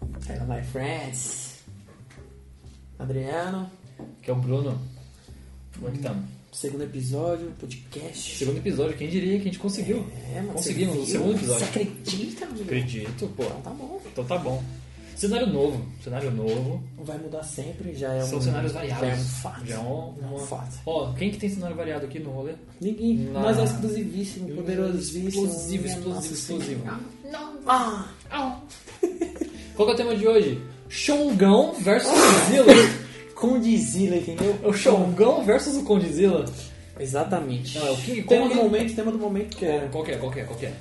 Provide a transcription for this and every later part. America, my friends. Adriano, Que é o Bruno. Como é que estamos? segundo episódio, podcast. Segundo episódio, quem diria que a gente conseguiu? É, mano, Conseguimos você o viu? segundo episódio. Você acredita, mano? Acredito, pô. Então tá bom. Então tá bom. Cenário novo. Cenário novo. Vai mudar sempre, já é São um. cenários variados. Já é um fato. Já é um- Já é um uma- fato. Ó, quem que tem cenário variado aqui no rolê? Ninguém. Não. Nós é exclusivíssimo, poderosíssimo. Explosivo, minha explosivo, nossa explosivo. senhora. Ah! Qual que é o tema de hoje? Xongão versus Condizila. Condizila, entendeu? É o Xongão versus o Condizila? Exatamente. Não, é o King tema Kong. do momento, tema do momento que é Qual que é? Qual que é? Qual que é?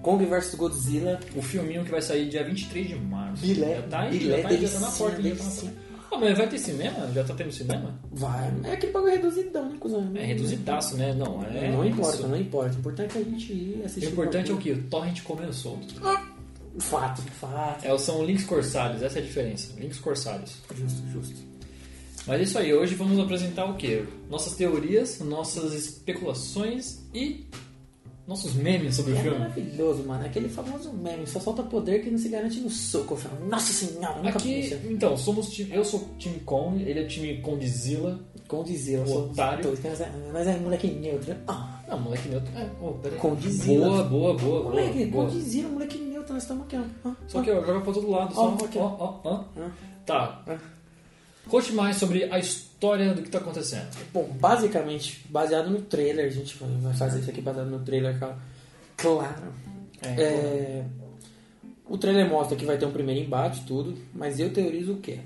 Kong vs Godzilla. O filminho que vai sair dia 23 de março. Bilé- já tá aí, bilé já tá, aí, já tá delicinha, na porta. Já tá na delicinha. porta. Ah, mas vai ter cinema? Já tá tendo cinema? Vai, é aquele bagulho reduzidão, né, cuzão? É reduzidaço, né? Não, é. não importa, né? isso. não importa. O importante é a gente ir O assistir. importante é o que? O torrent comeu solto. que? Fato, fato. É, são links corsários, essa é a diferença. Links corsários. Justo, justo. Mas é isso aí, hoje vamos apresentar o quê? Nossas teorias, nossas especulações e nossos memes sobre o É filme. maravilhoso, mano. Aquele famoso meme, só solta poder que não se garante no soco. Eu falo, Nossa senhora, nunca Aqui, aconteceu. então, somos time, eu sou time Kong, ele é time Condizila. Condizila, O sou otário. dois, mas é, mas é moleque neutro. Ah, Não, moleque neutro. É, pô, peraí. Condizila. Boa, boa, boa. boa, moleque, boa. Condizila, moleque neutro, nós estamos aqui. ó. Ah, Só que ó, joga pra todo lado, só. um Ó, aqui, Ó, ó. ó, ó. Ah. Tá. Ah. Conte mais sobre a história do que tá acontecendo. Bom, basicamente, baseado no trailer, a gente vai vai fazer isso aqui baseado no trailer, claro. Claro. É, o trailer mostra que vai ter um primeiro embate, tudo, mas eu teorizo o quê?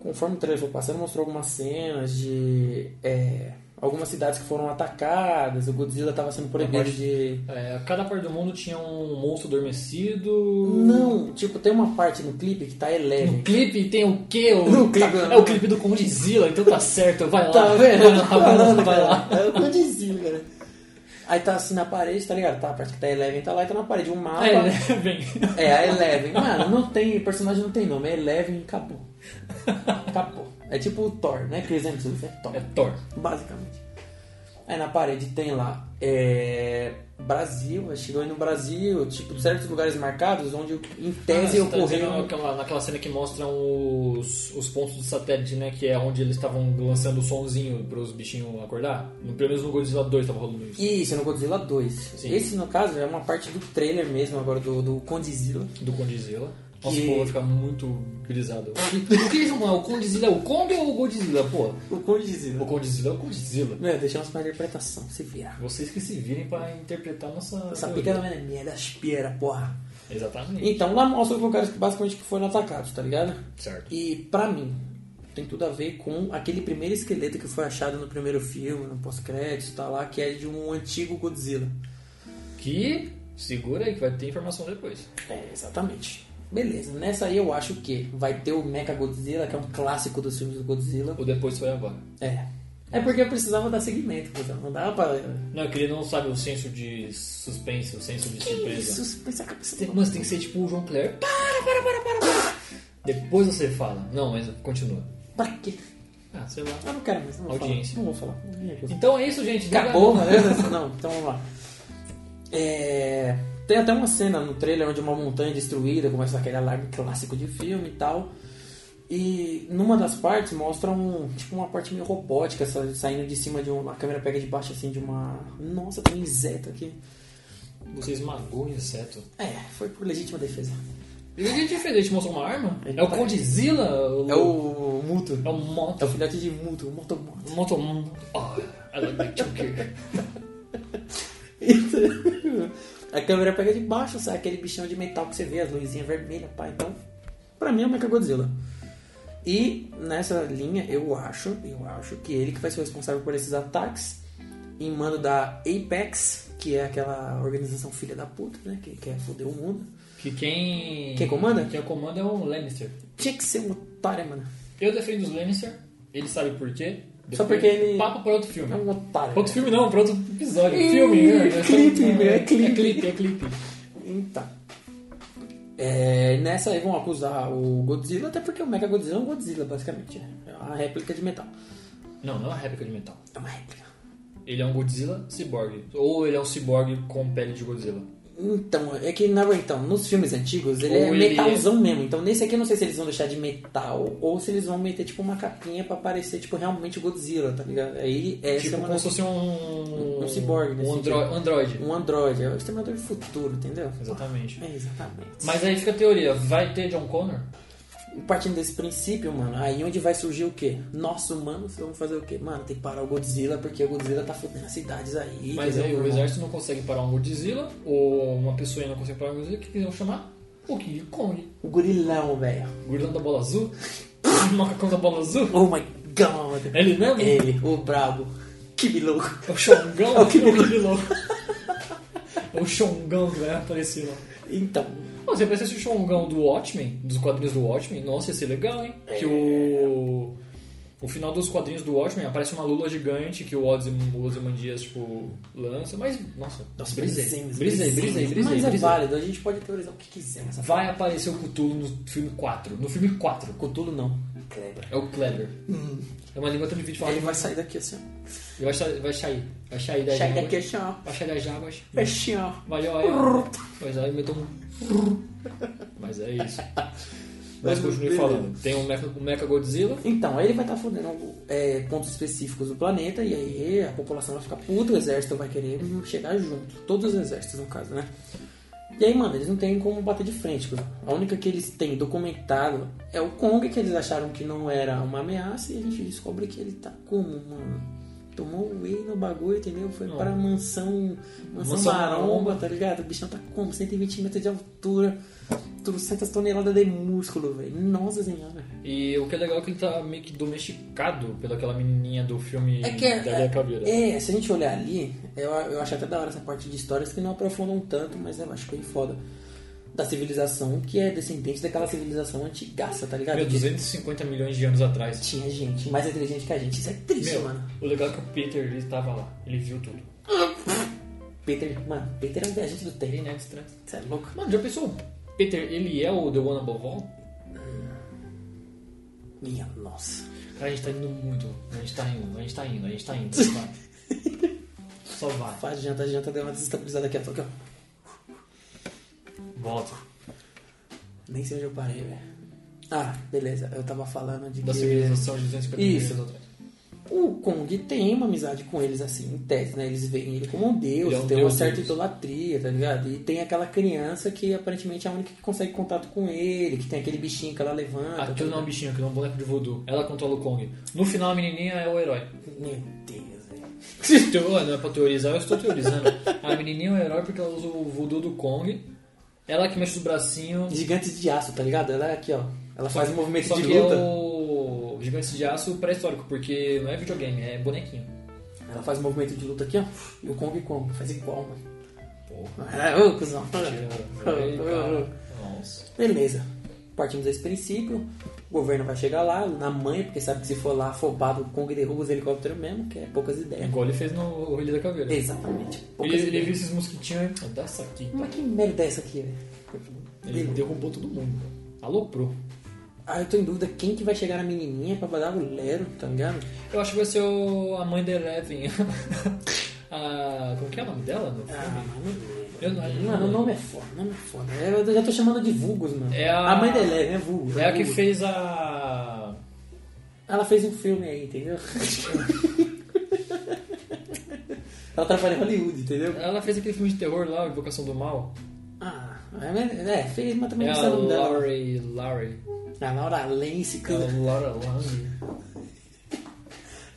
Conforme o trailer foi passando, mostrou algumas cenas de é, algumas cidades que foram atacadas, o Godzilla estava sendo proibido parte- de. É, cada parte do mundo tinha um monstro adormecido. Não, tipo, tem uma parte no clipe que tá No Eleven. clipe tem o quê? O- No clipe- tá- é o clipe do Condizila, então tá certo, vai lá. Tá vendo? Vai lá, vai lá, Falando, vai lá. cara. É o Godzilla, cara. Aí tá assim na parede, tá ligado? Tá, a parte que tá Eleven tá lá e tá na parede. Um mapa. É, né? Bem, É, a Eleven. Mano, não tem. Personagem não tem nome. É Eleven e acabou. Acabou. É tipo o Thor, né? Chris Hemsworth é Thor. é Thor. Basicamente. Aí na parede tem lá. É. Brasil, chegou aí no Brasil, tipo, certos lugares marcados onde em tese Ah, você tá ocorreu. dizendo aquela- naquela cena que mostram os, os pontos do satélite, né? Que é onde eles estavam lançando o sonzinho pros bichinhos acordar. No, pelo menos no Godzilla 2 tava rolando isso. Isso, no Godzilla 2. Sim. Esse, no caso, é uma parte do trailer mesmo agora do, do Condizilla. Do Condizila. Nossa, Que- pô, vai ficar muito grisado. O que eles chamam? O Condizila é o Kong ou o Godzilla? Pô, O Condizilla. o Condizila é o Condizila. Meu, deixamos pra interpretação, se virar. Vocês que se virem pra interpretar nossa. Essa teoria. pequena menina é das piedras, porra. Exatamente. Então, lá mostra os lugares que basicamente que foram atacados, tá ligado? Certo. E pra mim, tem tudo a ver com aquele primeiro esqueleto que foi achado no primeiro filme, no pós-crédito, tá lá, que é de um antigo Godzilla. Que. Segura aí que vai ter informação depois. É, exatamente. Beleza, nessa aí eu acho que vai ter o Mecha Godzilla, que é um clássico dos filmes do Godzilla. O depois foi agora. É. É porque eu precisava dar seguimento, coisa. Não dava pra. Não, é que ele não sabe o senso de suspense, o senso de surpresa. Isso, pensa a cabeça Tem- dele. Mas tem que ser tipo o João Claire. Para, para, para, para, para. Depois você fala. Não, mas continua. Pra quê? Ah, sei lá. Eu não quero mais, não vou Audiência. falar. Não vou falar. Não vou falar. Então é isso, gente. Diga- Acabou, né? Não, então vamos lá. É, tem até uma cena no trailer onde uma montanha destruída começa aquele alarme clássico de filme e tal. E numa das partes mostra um, tipo uma parte meio robótica sa- saindo de cima de uma. A câmera pega de baixo assim de uma. Nossa, tem um inseto aqui. Você esmagou o inseto. É, foi por legítima defesa. E o que é diferente? Mostrou uma arma? Ele É o tá- Condizila? É o Muto. É o É o Moto. filhote de Muto, o É Motomoto. Motomundo. Ah, I like that Joker. A câmera pega de baixo, sai aquele bichão de metal que você vê, as luzinhas vermelhas, pá. Então, pra mim é o Mecha Godzilla. E nessa linha, eu acho, eu acho que ele que vai ser o responsável por esses ataques em mando da Apex, que é aquela organização filha da puta, né? Que quer foder o mundo. Que quem. Quem comanda? Quem comanda é o Lannister. Tinha que ser um otário, mano. Eu defendo os Lannister, ele sabe por quê. Só Depois- porque ele- Papo pra outro É filme. um otário. Pra outro filme não, pra outro episódio. Ih, filme, né? clipe, é, meu, é é clipe. clipe, é clipe. Então. É, nessa aí vão acusar o Godzilla, até porque o Mecha Godzilla é um Godzilla, basicamente. né? É uma réplica de metal. Não, não é uma réplica de metal. É uma réplica. Ele é um Godzilla ciborgue. Ou ele é um ciborgue com pele de Godzilla. Então, é que não, então, nos filmes antigos ele é Ou ele metalzão mesmo. Então nesse aqui eu não sei se eles vão deixar de metal ou se eles vão meter tipo uma capinha pra parecer tipo realmente Godzilla, tá ligado? Aí é tipo, como se fosse um. um ciborgue, nesse Um andro- androide. um androide, é o exterminador do futuro, entendeu? Exatamente. É, exatamente. Mas aí fica a teoria: vai ter John Connor? Partindo desse princípio, mano, aí onde vai surgir o quê? Nós humanos vamos fazer o quê? Mano, tem que parar o Godzilla porque o Godzilla tá fudendo as cidades aí. Mas entendeu, aí o irmão? exército não consegue parar um Godzilla, ou uma pessoa aí não consegue parar um Godzilla, o que que eles vão chamar? O King Kong. O gorilão, velho. O gordão da bola azul? o macacão da bola azul? Oh my god. Ele mesmo? Ele, o brabo. Que louco. É o Xongão? É o King É King Kong. É o Xongão que vai aparecer lá. Então, Pô, se aparecesse o Xongão do Watchmen, dos quadrinhos do Watchmen, nossa, ia ser legal, hein? É. Que o. O final dos quadrinhos do Watchmen aparece uma lula gigante que o Ozymandias, tipo, lança, mas, nossa, nós brisei. brisemos, Brisei, brisei, brisemos. brisei. Mas é brisei. válido, a gente pode teorizar o que quiser. Essa Vai aparecer o Cthulhu no filme 4. No filme 4. Cthulhu não. Kleber. É o Kleber. É uma língua tão difícil de falar. Hum. Ele vai sair daqui assim, ó. Ele vai, sa- vai sair. Vai sair das Sai daqui jabas. assim, ó. Vai sair das jabas. Assim, ó. Vai olhar. Mas aí meteu um. Mas é isso. Mas Mas continue beleza. falando. Tem o Mecha, o Mecha Godzilla. Então, aí ele vai estar fudendo é, pontos específicos do planeta e aí a população vai ficar puta, o exército vai querer Uhum. chegar junto. Todos os exércitos, no caso, né? E aí, mano, eles não têm como bater de frente. cara. A única que eles têm documentado é o Kong, que eles acharam que não era uma ameaça, e a gente descobre que ele tá como, mano? Tomou o whey no bagulho, entendeu? Foi Não. pra mansão, mansão, Mansão maromba, maromba. tá ligado? O bichão tá como? 120 metros de altura, 300 toneladas de músculo, velho. Nossa senhora. E o que é legal é que ele tá meio que domesticado pelaquela menininha do filme É que é- da Guerra Caveira. É, se a gente olhar ali, é, eu, eu acho até da hora essa parte de histórias que não aprofundam tanto, mas eu acho que é foda. Da civilização que é descendente daquela civilização antigaça, tá ligado? Meu, Que 250 milhões de anos atrás. tinha gente mais inteligente que a gente. Isso é triste, Meu, mano. o legal é que o Peter ele estava lá. Ele viu tudo. Peter, mano, Peter é um viajante do Ele tempo, não é estranho. Você é louco? Mano, já pensou? o Peter, ele é o The One Above All? Minha nossa. Cara, a gente tá indo muito. A gente tá indo, a gente tá indo, a gente tá indo. Só vai. Só vai. Faz janta, janta, deu uma desestabilizada aqui a pouco. ó. Volta. Nem sei onde eu parei, velho. Ah, beleza. Eu tava falando de Da que... civilização de 250 milhões Isso. de anos atrás. O Kong tem uma amizade com eles, assim, em tese, né? Eles veem ele como um deus, Ele é um tem deus uma certa deles. idolatria, tá ligado? E tem aquela criança que aparentemente é a única que consegue contato com ele, que tem aquele bichinho que ela levanta. tá Aquilo não é um ligado? bichinho, aquilo é um boneco de voodoo. Ela controla o Kong. No final, a menininha é o herói. Meu Deus, velho. Teo- Não é pra teorizar, eu estou teorizando. A menininha é o herói porque ela usa o voodoo do Kong. Ela que mexe os bracinhos. Gigante de aço, tá ligado? Ela é aqui, ó. Ela faz um movimento Só de que luta. é o gigante de aço pré-histórico, porque não é videogame, é bonequinho. Ela faz um movimento de luta aqui, ó. E o Kong como? Faz igual, mano. Porra. Ah, ô, cuzão. Nossa. Beleza. Partimos desse princípio. O governo vai chegar lá, na manha, porque sabe que se for lá afobado, o Kong derruba os helicópteros mesmo, que é poucas ideias. Igual ele fez no Rolho da Caveira. Ele, Exatamente. Poucas ele ideias. viu esses mosquitinhos aí. Dá essa aqui. Mas que merda é essa aqui, velho? Ele derrubou todo mundo. Aloprou. Ah, eu tô em dúvida quem que vai chegar na menininha pra dar o Lero, tá ligado? Eu acho que vai ser o, a mãe da Eleven. a, como que é o nome dela? no filme? mano. Eu não- eu não- Ah, Mano, o nome é foda, o nome é foda. Eu já tô chamando de Vulgos, mano. É a- mãe da Eleven, é Vulgo. É a que Vulgo. fez a. Ela fez um filme aí, entendeu? Ela trabalha em Hollywood, entendeu? Ela fez aquele filme de terror lá, Invocação do Mal. Ah, é, é, fez, mas também É não a sei o nome dela. Laurie. Laurie. A Laura Lance, É que... a Laura Lang.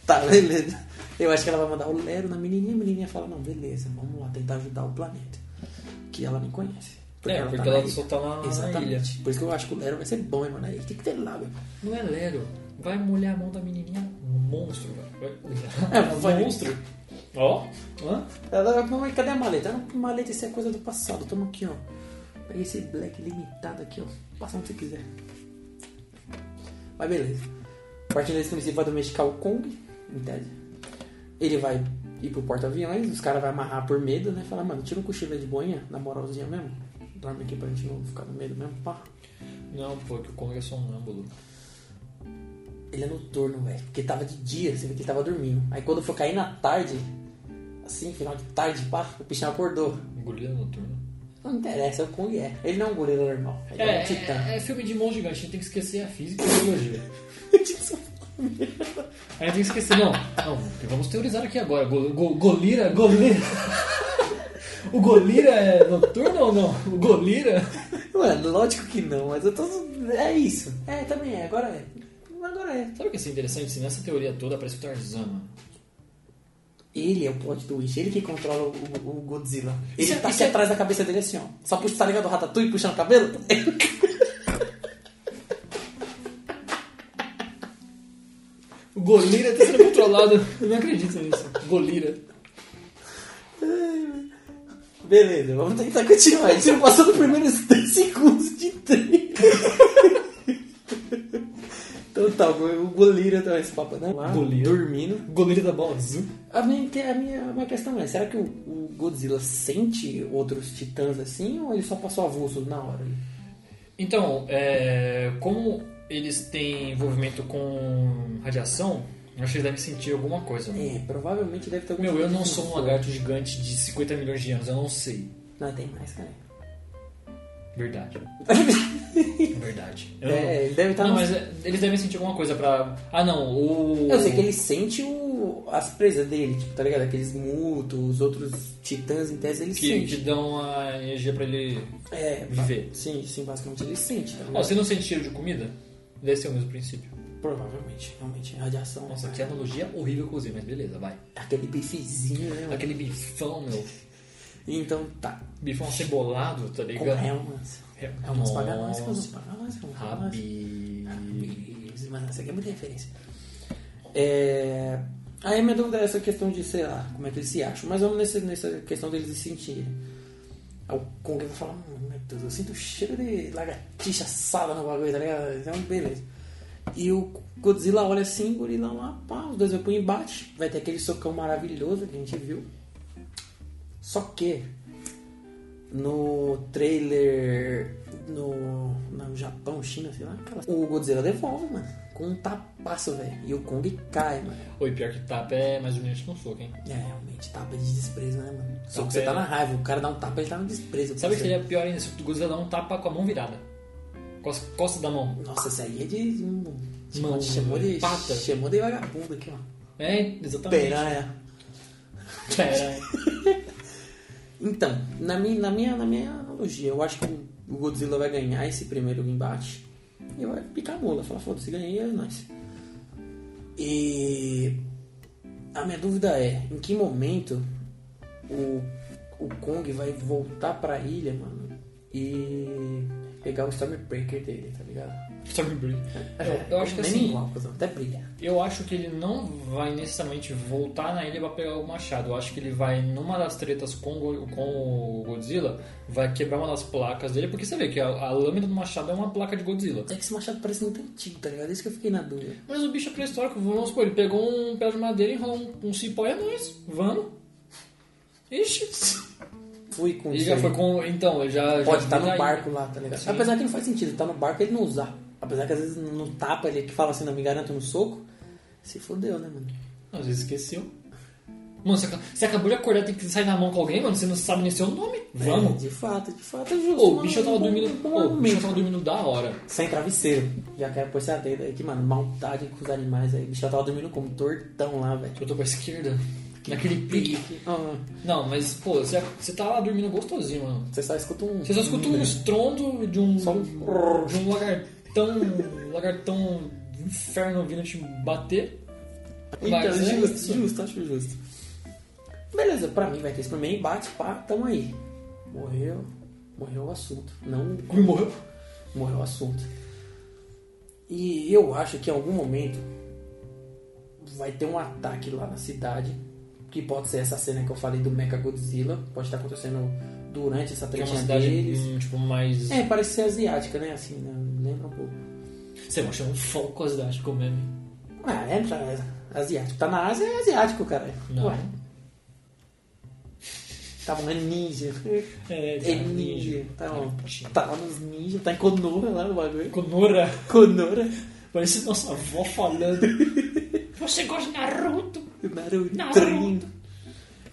Tá, beleza. Eu acho que ela vai mandar o Lero na menininha. A menininha fala: Não, beleza, vamos lá tentar ajudar o planeta. Que ela nem conhece. É, porque tá na ela ilha. só tá lá na ilha. Exatamente. Por isso que eu acho que o Lero vai ser bom, hein, mano. Aí tem que ter lá, velho. Não é Lero. Vai molhar a mão da menininha. Monstro, velho. Vai molhar. É, vai- um Monstro. Ó. Hã? Ela vai mas cadê a maleta? Ah, maleta, isso é coisa do passado. Toma aqui, ó. Pega esse black limitado aqui, ó. Passa onde você quiser. Mas beleza. Partindo desse princípio, vai domesticar o Kong, em tese. Ele vai ir pro porta-aviões, os caras vão amarrar por medo, né? Falar, mano, tira um cochilo aí de boinha, na moralzinha mesmo. Dorme aqui pra gente não ficar no medo mesmo, pá. Não, pô, que o Kong é sonâmbulo. Ele é noturno, velho. Porque tava de dia, você vê que ele tava dormindo. Aí quando foi cair na tarde, assim, final de tarde, pá, o bichinho acordou. Gorila noturno. Não interessa, é o Kung é. Ele não é um gorila normal. Ele é, um titã. é, é filme de monstro gigante, a gente tem que esquecer a física e a biologia. Aí tem que esquecer, não, não, vamos teorizar aqui agora. Go, go- golira, golira. O golira é noturno ou não? O golira. Mano, lógico que não, mas eu tô. É isso. É, também é, agora é. Agora é. Sabe o que ia ser interessante? Se nessa teoria toda aparece o Tarzan, mano. Ele é o plot twist, ele que controla o, o Godzilla. Ele Isso é- tá isso aqui é- atrás da cabeça dele assim, ó. Só puxa, tá ligado? O Ratatouille puxando o cabelo. O golira tá sendo controlado. Eu não acredito nisso. Golira. Beleza, vamos tentar continuar. A gente não passou do primeiro 10 segundos de trem. então tá, o Golira tá esse papo, né? Lá, Golira. dormindo. Golira da bola azul. A minha, inte- a minha, a minha questão é, será que o, o Godzilla sente outros titãs assim ou ele só passou avulso na hora? Então, é, como eles têm envolvimento com radiação, eu acho que eles devem sentir alguma coisa. né? É, provavelmente deve ter algum Meu, tipo eu de não sou um sensor. lagarto gigante de 50 milhões de anos, eu não sei. Não, tem mais, cara. Verdade. Verdade. Eu não- é, ele deve estar Não, no... mas é, eles devem sentir alguma coisa pra. Ah, não, o. Eu sei que ele sente o, as presas dele, tipo, tá ligado? Aqueles mutos, os outros titãs em tese, ele Que, que sente. dão a energia pra ele. É, Viver. ba- Sim, sim, basicamente ele sente. Tá Ó, ligado? você não sente cheiro de comida? Deve ser o mesmo princípio. Provavelmente, realmente, radiação. né? Nossa, que analogia horrível que eu usei, mas beleza, vai. Aquele bifezinho, né? mano? Aquele bifão, meu. Então tá, É Bifão acebolado, com tá ligado? É Helmans. Helmans paga nós, Helmans paga nós, Helmans paga nós. Rabi. Beleza, Mas essa aqui é muita referência. É... Aí minha dúvida é essa questão de, sei lá, como é que eles se acham. Mas vamos nessa, nessa questão deles se sentirem. Aí o Kong vai falar, "Hum, meu Deus, eu sinto o cheiro de lagartixa assada no bagulho, tá ligado? Então, beleza. E o Godzilla olha assim, o gorilão lá, pá, os dois vão pro embate. Vai ter aquele socão maravilhoso que a gente viu. Só que no trailer no, no Japão, China, sei lá, aquela- o Godzilla devolve, mano, com um tapaço, velho. E o Kong cai, mano. Oi, pior que tapa é mais ou menos com soco, hein? É, realmente, tapa de desprezo, né, mano? Só que Tapa você tá é- na raiva, o cara dá um tapa, ele tá no desprezo. Sabe o que é- parceiro. seria pior ainda? Se o Godzilla dá um tapa com a mão virada. Com as costas da mão. Nossa, isso aí é de. de- de- Mão, chamou de. pata. Chamou de vagabundo aqui, ó. É, exatamente. Piranha. Pera. Então, na minha, na minha, na minha analogia, eu acho que o o Godzilla vai ganhar esse primeiro embate e vai picar a mula, falar, foda-se, ganhei, é nóis. E a minha dúvida é, em que momento o, o Kong vai voltar pra ilha, mano, e pegar o Stormbreaker dele, tá ligado? Sabe, Brie? Eu, eu acho que É, Nem assim. igual, cuzão, até brilha. Eu acho que ele não vai necessariamente voltar na ilha pra pegar o machado. Eu acho que ele vai numa das tretas com, o- com o Godzilla, vai quebrar uma das placas dele, porque você vê que a, a lâmina do machado é uma placa de Godzilla. É que esse machado parece muito antigo, tá ligado? Isso que eu fiquei na dúvida. Mas o bicho é pré-histórico, vamos supor, ele pegou um pedaço de madeira, enrolou um, um cipó e é nóis. Vamos. Ixi. Fui com Ele isso já aí. foi com. Então, ele já. Pode já estar foi na no ilha. barco lá, tá ligado? Sim. Apesar que não faz sentido, tá no barco ele não usar. Apesar que às vezes não tapa, ele que fala assim, não me garanto no soco. Se fodeu, né, mano? Às vezes esqueceu. Mano, você, ac- você acabou de acordar, tem que sair na mão com alguém, mano, você não sabe nem seu nome. Vamos. É, de fato, de fato, é justo. Ô, o mano, bicho tava um bom- dormindo. um bom Ô, o bicho momento. tava dormindo da hora. Sem travesseiro. Já quero pôr essa dedo aí que, mano, maldade com os animais aí. O bicho tava dormindo como tortão lá, velho. Eu tô pra esquerda. Naquele pique. Ah, Não, mas, pô, você, você tá lá dormindo gostosinho, mano. você só escuta um. Você só escuta um estrondo de um. Só um- De um lagartão. um lagartão inferno vindo te bater. Então, Mas é justo, isso. justo, acho justo. Beleza, pra mim vai ter esse primeiro embate, pá, tamo aí. Morreu. Morreu o assunto. Não O Gui morreu. morreu o assunto. E eu acho que em algum momento vai ter um ataque lá na cidade, que pode ser essa cena que eu falei do Mecha Godzilla, pode estar acontecendo durante essa Que é uma tretinha cidade, deles. hum, tipo, mais. É, parece ser asiática, né? Assim, né? lembra um pouco. Você vai achar um foco a cidade como meme. Ah, é, tá, é asiático. Tá na Ásia, é asiático, cara. Não. Ué. Tá bom, é ninja. É, É ninja. Tá, bom. tá lá nos ninja, tá em Konoha lá no bagulho. Conora. Konoha, Parece nossa avó falando. Você gosta de Naruto? Naruto. Naruto.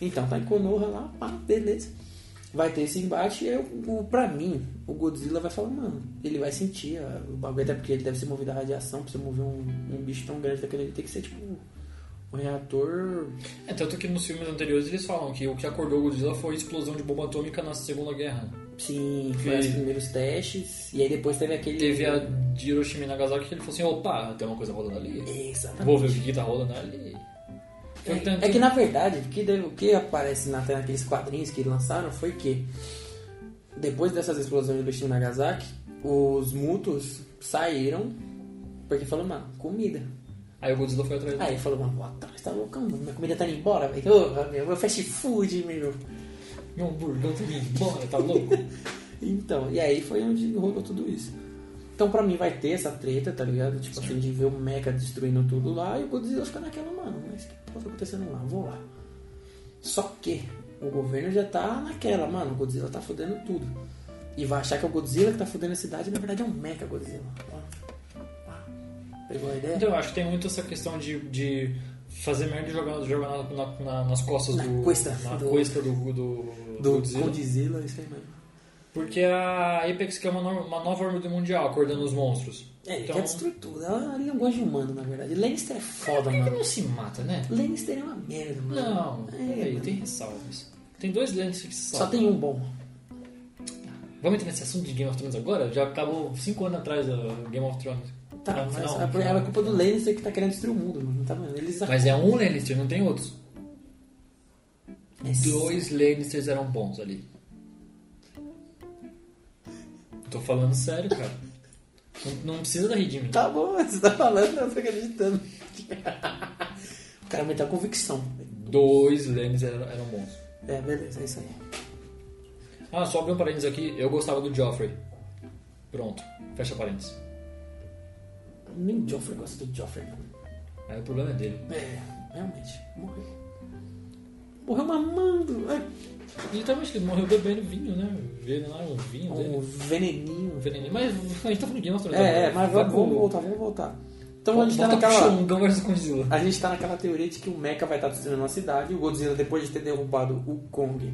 Então, tá em Konoha lá, pá, beleza. Vai ter esse embate e eu, o- pra mim, o Godzilla vai falar, mano, ele vai sentir a- o bagulho, até porque ele deve ser movido à radiação, pra você mover um, um bicho tão grande daquele, ele tem que ser tipo um reator. É, tanto que nos filmes anteriores eles falam que o que acordou o Godzilla foi a explosão de bomba atômica na Segunda Guerra. Sim, foi Que- os primeiros testes. E aí depois teve aquele. Teve a de Hiroshima e Nagasaki que ele falou assim, opa, tem uma coisa rolando ali. Exatamente. Vou ver o que, que tá rolando ali. Foi um tanto- É que na verdade, o que, deve- o que aparece na tela, naqueles quadrinhos que lançaram foi que depois dessas explosões do Hiroshima e Nagasaki, os mutos saíram porque falou, mano, comida. Aí o Godzilla foi atrás dele. Aí falou, mano, vou atrás, tá loucão, mano, minha comida tá indo embora, velho. Ô, Meu, meu fast food, meu. Meu hamburgão tá indo embora, tá louco? Então, e aí foi onde rolou tudo isso. Então pra mim vai ter essa treta, tá ligado? Tipo assim, de ver o Mecha destruindo tudo lá e o Godzilla fica naquela, mano, mas o que porra tá acontecendo lá? Vou lá. Só que o governo já tá naquela, mano, o Godzilla tá fudendo tudo. E vai achar que é o Godzilla que tá fudendo a cidade, na verdade é um Mecha Godzilla. Ó. Ó. Pegou a ideia? Então eu acho que tem muito essa questão de, de fazer merda e jogar, jogar na, na- na- nas costas Na do. cuesta na do- cuesta do, do, Do Godzilla. Godzilla, isso aí mesmo. Porque a Apex quer uma, no- uma nova ordem mundial acordando os monstros. É, ele Então- quer destruir tudo. Ela, ele não gosta de humano, na verdade. Lannister é foda, Ele mano. não se mata, né? Lannister é uma merda, mano. Não, É, peraí, mano. tem ressalvas. Tem dois lentes que se Só salvam. tem um bom. Vamos entrar nesse assunto de Game of Thrones agora? Já acabou cinco anos atrás da Game of Thrones. Tá, Não, mas não, a, não. é a culpa do Lannister que tá querendo destruir o mundo, mano. Tá, mano? Eles Mas é um Lannister, não tem outros. Esse- Dois Lannisters eram bons ali. Tô falando sério, cara. Não, não precisa rir de mim. Tá bom, mas você tá falando, eu tô acreditando. o cara muita convicção. Dois Lannisters eram, eram bons. É, beleza, é isso aí. Ah, só abre um parênteses aqui. Eu gostava do Joffrey. Pronto. Fecha parênteses. Nem o Joffrey gosta do Joffrey, mano. Aí o problema é dele. É, realmente, morreu. Morreu mamando. É, Literalmente ele morreu bebendo vinho, né? Veneno, um vinho um dele. veneninho. Um veneno. Mas a gente tá falando de Game of Thrones É, agora. é, mas Vai vamos, pro- vamos voltar, vamos voltar. Então a Volta gente tá pro naquela. Xongão versus Godzilla. A gente tá naquela teoria de que o Mecha vai estar destruindo a cidade, o Godzilla, depois de ter derrubado o Kong,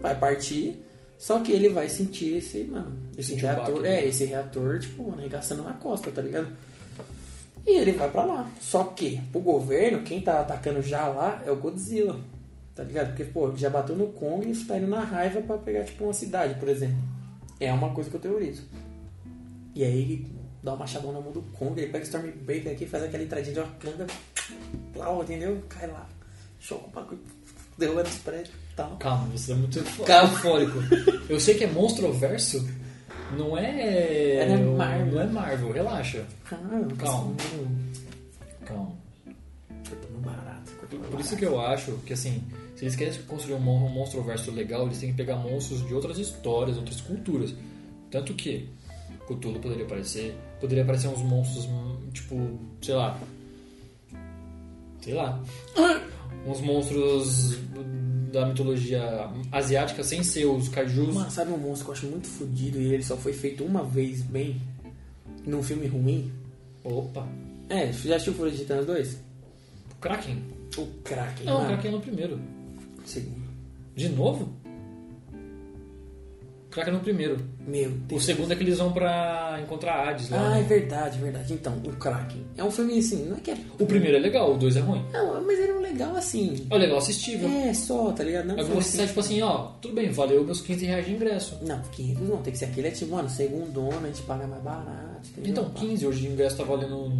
vai partir. Só que ele vai sentir esse, mano, esse Sentir o reator. baque, É, né? esse reator, tipo, arregaçando na costa, tá ligado? E ele vai pra lá. Só que, pro governo, quem tá atacando já lá é o Godzilla. Tá ligado? Porque, pô, já bateu no Kong e tá indo na raiva pra pegar, tipo, uma cidade, por exemplo. É uma coisa que eu teorizo. E aí ele dá uma chabona na mão do Kong, ele pega o Stormbreaker aqui, faz aquela entradinha de Wakanda, plau, entendeu? Cai lá, choca o bagulho, derruba nos prédios e tal. Calma, você é muito eufo- Calma. eufórico. Eu sei que é monstroverso, não é. É, não é Marvel. Não é Marvel, relaxa. Caramba, Calma. assim, Calma. cortando barato, cortando Por isso barato. que eu acho que, assim, se eles querem construir um mon- um monstroverso legal, eles têm que pegar monstros de outras histórias, outras culturas. Tanto que Cthulhu poderia aparecer, poderia aparecer uns monstros, hum, tipo, sei lá. Sei lá. Uns monstros da mitologia asiática sem ser os kaijus. Mano, sabe um monstro que eu acho muito fodido e ele só foi feito uma vez bem, num filme ruim? Opa! É, já assistiu Fúria de Titãs 2? O Kraken? O Kraken, Não, o mano. Kraken é no primeiro. Segundo. De novo? O Kraken é no primeiro. Meu O Deus. segundo é que eles vão pra encontrar Hades lá. Ah, né? é verdade, é verdade. Então, o Kraken. É um filme assim, não é que é. O primeiro é legal, o dois é ruim. Não, mas era um legal assim. É legal assistível. É, só, tá ligado? Não, Aí foi você sai tipo assim, ó, tudo bem, valeu meus 15 reais de ingresso. assim. não, 500 não, tem que ser aquele, é tipo, mano, segundo a gente paga mais barato. entendeu? Então, 15 hoje de ingresso tá valendo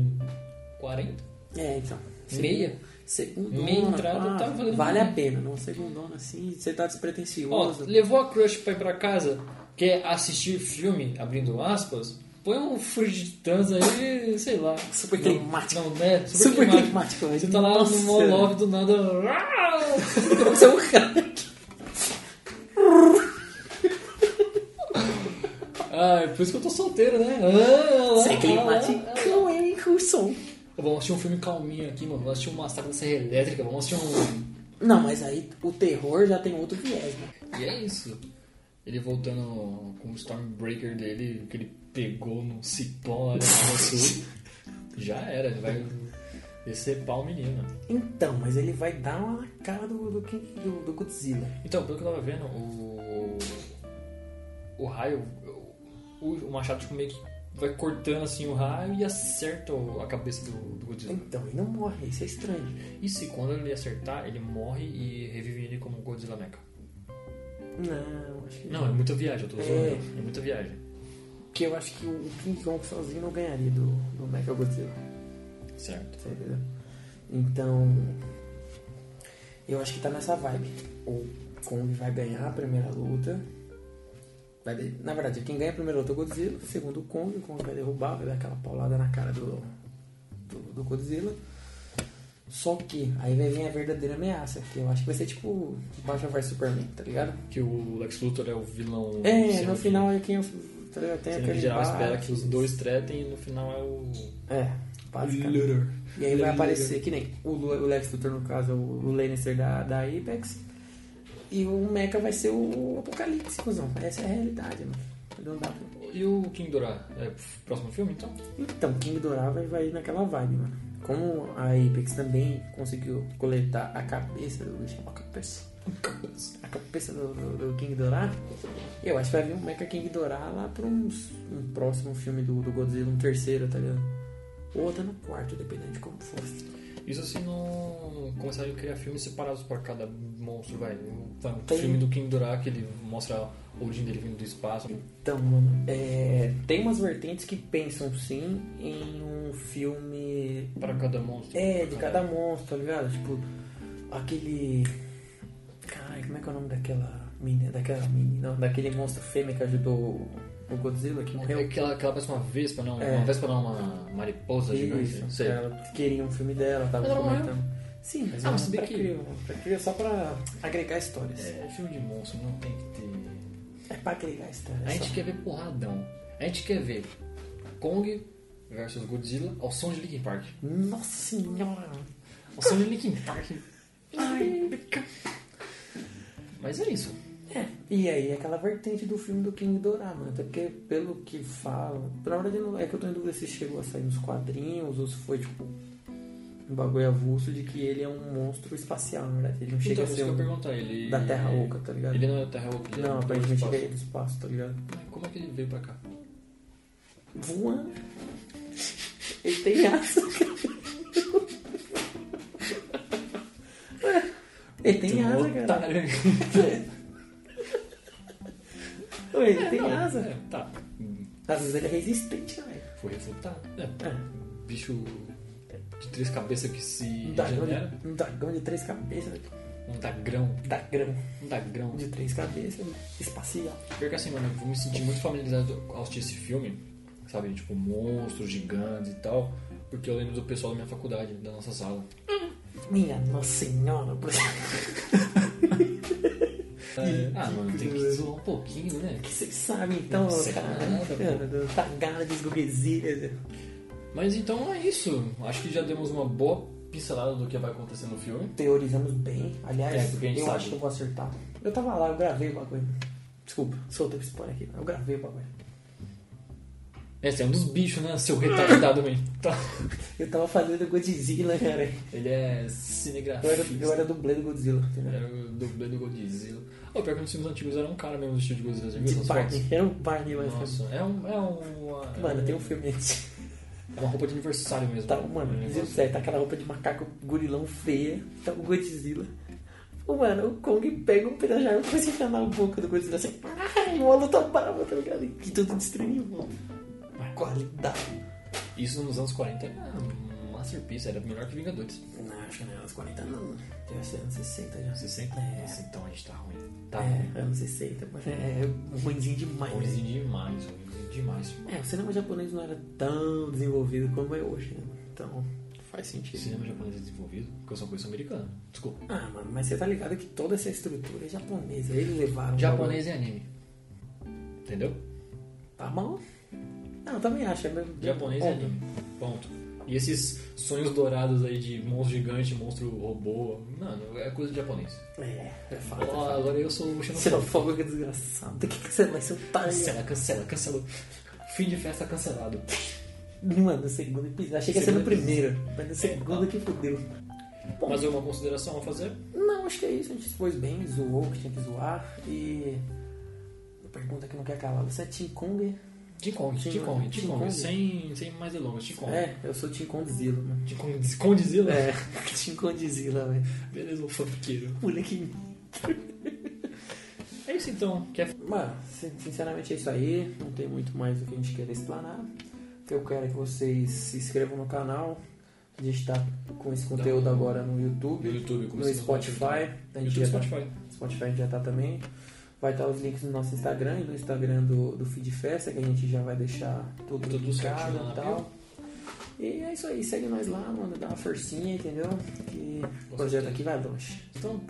40? É, então. Meia? Segundona, Meia entrada, pá, tá valendo Vale meia. a pena, não, segundona assim, você tá Ó, despretensioso. levou a crush pra ir pra casa, quer assistir filme, abrindo aspas, põe um Fugitans aí, sei lá. Super Não, climático. Não, né? Super, Super climático. climático, Você tá lá nossa. no Molove do nada. Você é um craque. Ah, é por isso que eu tô solteiro, né? Ah, Você é ah, climaticão, hein, Wilson? ah. Vamos assistir um filme calminho aqui, mano. Vamos assistir uma Massacre da Serra Elétrica. Vamos assistir um... Não, mas aí o terror já tem outro viés, né? E é isso. Ele voltando com o Stormbreaker dele, que ele pegou num cipó lá no sul. Já era, ele vai decepar o menino. Então, mas ele vai dar uma na cara do, do, King- do, do Godzilla. Então, pelo que eu tava vendo, o o raio, o, o machado tipo, meio que vai cortando assim o raio e acerta o- a cabeça do, do Godzilla. Então, ele não morre, isso é estranho. E se quando ele acertar, ele morre e revive ele como um Godzilla Mecha? Não, acho que Não, é muita viagem, eu tô É. zoando. É muita viagem. Porque eu acho que o King Kong sozinho não ganharia do, do Mecha Godzilla, Certo. você entendeu? Então, eu acho que tá nessa vibe. O Kong vai ganhar a primeira luta. Vai de- Na verdade, quem ganha a primeira luta é o Godzilla, segundo o Kong, o Kong vai derrubar, vai dar aquela paulada na cara do, do, do Godzilla. Só que aí vai vir a verdadeira ameaça, que eu acho que vai ser tipo Batman vs Superman, tá ligado? Que o Lex Luthor é o vilão. É, sendo no que- final é quem eu, tá ligado? tem sendo que aquele em geral embate. espera que os dois tretem e no final é o. É, basicamente. Luthor. E aí vai Luthor. aparecer que nem o, Lu- o Lex Luthor, no caso, é o, o Lannister da, da Apex. E o Mecha vai ser o Apocalipse, cuzão. Essa é a realidade, mano. Não dá pra... E o King Dora? É o próximo filme então? Então, King Dora vai, vai naquela vibe, mano. Como a Apex também conseguiu coletar a cabeça do bicho, a cabeça, a cabeça do, do- do King Dora, eu acho que vai vir um Mecha King Dora lá pra uns- um próximo filme do, do Godzilla, um terceiro, tá ligado? Ou até no quarto, dependendo de como for. Isso assim não começaram a criar filmes separados pra cada monstro, vai. Vai, O Tem- filme do King Dora que ele mostra o Odin dele vindo do espaço. Então, mano, é, tem umas vertentes que pensam sim em um filme Pra cada monstro. É, de cada monstro, tá ligado? Tipo, aquele. Caralho, como é que é o nome daquela menina? Daquela menina. Não, daquele monstro fêmea que ajudou o Godzilla que É morreu. aquela, aquela parece uma vespa, não? um. É. Uma vespa não, uma mariposa gigante. Não Isso, sei. ela queria um filme dela, tava Mas ela morreu. comentando. Sim, mas Ah, não mas sabia pra que- criar, um, pra criar só pra agregar histórias. É, É, filme de monstro não tem que ter. pra agregar histórias. é A só. gente quer ver porradão. A gente quer ver Kong versus Godzilla ao som de Linkin Park. Nossa senhora! Ao som de Linkin Park. Ai, bica. Mas é isso. E aí, aquela vertente do filme do King Dora, mano. Até porque, pelo que fala. Na verdade, não- é que eu tô em dúvida se chegou a sair nos quadrinhos ou se foi, tipo, um bagulho avulso de que ele é um monstro espacial, na verdade. Ele não chega então, a isso ser que eu um perguntar. Ele. da Terra Oca, tá ligado? Ele não é da Terra Oca. Ele Não, é do aparentemente ele é espaço. do espaço, tá ligado? Mas Como é que ele veio pra cá? Voando. Ele tem asa. Ué, ele tem Muito asa, cara. otário. Ué, ele tem Não, asa. é, tá. Hum, Às vezes ele é resistente também. Foi refutado. É. É. Bicho de três cabeças que se Um dragão, regenera. de, um dragão de três cabeças. Um dagrão. Dragão Um dagrão. de três cabeças. Espacial. Pior que assim, mano, eu me senti muito familiarizado ao assistir esse filme, sabe? Tipo, monstros, gigantes e tal. Porque eu lembro do pessoal da minha faculdade, da nossa sala. Minha Nossa Senhora. Por Ah, mano, tem que zoar um pouquinho, né? que vocês sabem então, Não sei cara? nada, pô. Cara, do Tagada de esgoguesilha. Mas então é isso. Acho que já demos uma boa pincelada do que vai acontecer no filme. Teorizamos bem. Aliás, É, porque a eu gente sabe. acho que eu vou acertar. Eu tava lá, eu gravei o bagulho. Desculpa, soltei o spoiler aqui. Eu gravei o bagulho. Esse é um dos bichos, né? Seu retardado, man. Tá. Eu tava fazendo Godzilla, cara. Ele Eu é era, eu cinegrafista. era dublê do Godzilla, entendeu? Era o dublê do Godzilla. Oh, pior que nos filmes antigos era um cara mesmo vestido de Godzilla. Você viu De essas fotos? Barney. Era um Barney, mas... Nossa, é um... É uma, Mano, tem um filme antes. É uma roupa de aniversário mesmo. Tá, mano, Um negócio. dizendo sério, tá aquela roupa de macaco gorilão feia, tá o Godzilla. Ô, Mano, o Kong pega um pedaço de arma e começa a enfiar na boca do Godzilla assim, ai, uma luta brava, tá ligado? Que tudo destruiu, mano. Qualidade. Isso nos anos 40 era um masterpiece, era melhor que Vingadores. Não, acho que não é anos 40 não, mano. Deve ser anos 60 já. 60? É. Nossa, então a gente tá ruim. Tá ruim. É, anos 60, mano. É ruimzinho demais. Ruimzinho demais, ruimzinho demais. É, o cinema japonês não era tão desenvolvido como é hoje, né, mano? Então, faz O sentido. né? cinema japonês é desenvolvido, porque eu sou coisa americana. Desculpa. Ah, mano, mas você tá ligado que toda essa estrutura é japonesa. Eles levaram... um Japonês é anime. Entendeu? Tá bom? Não, eu também acho. É mesmo. Japonês é Bom, anime. Ponto. E esses sonhos dourados aí de monstro gigante, monstro robô, mano, é coisa de japonês. É, é fato. é Ó, fato. agora eu sou o xenofóbico. Xenofóbico é desgraçado. Tem que cancelar seu pai. Cancela, cancela, cancela. Fim de festa cancelado. Mano, no segundo episódio. Achei que ia ser no Segundo É, primeiro. Mas no segundo que fudeu. Bom, Mais alguma consideração a fazer? não, acho que é isso. A gente expôs bem, zoou o que tinha que zoar. E. Pergunta que não quer calar. Você é Tim Kong? Tim Kong, Tim- Tim Kong, Tim Tim Kong. Kong. Sem, sem mais delongas, Tim Kong. É, eu sou Tim Kongzilla, mano. Tim Kong, Condzilla. É, Tim Kongzilla, velho. Beleza, o fanqueiro. Moleque. É isso então. Quer... Mano, sin- sinceramente é isso aí. Não tem muito mais o que a gente quer explanar. O que eu quero é que vocês se inscrevam no canal. A gente tá com esse conteúdo Dá um- agora no No YouTube, YouTube, como no Spotify. A gente YouTube já e tá- Spotify. Spotify a gente já tá também. Vai estar os links no nosso Instagram e no Instagram do, do Feed Festa, que a gente já vai deixar tudo, Tudo linkado certinho lá e na tal. E é isso aí, segue nós lá, mano, dá uma forcinha, entendeu? Que o projeto aqui vai longe. Então, Falou,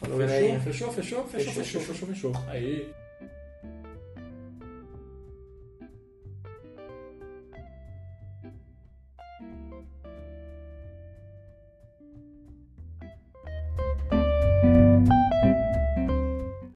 fechou, galerinha. fechou, fechou, fechou, Fechou, fechou, fechou, fechou. Aí.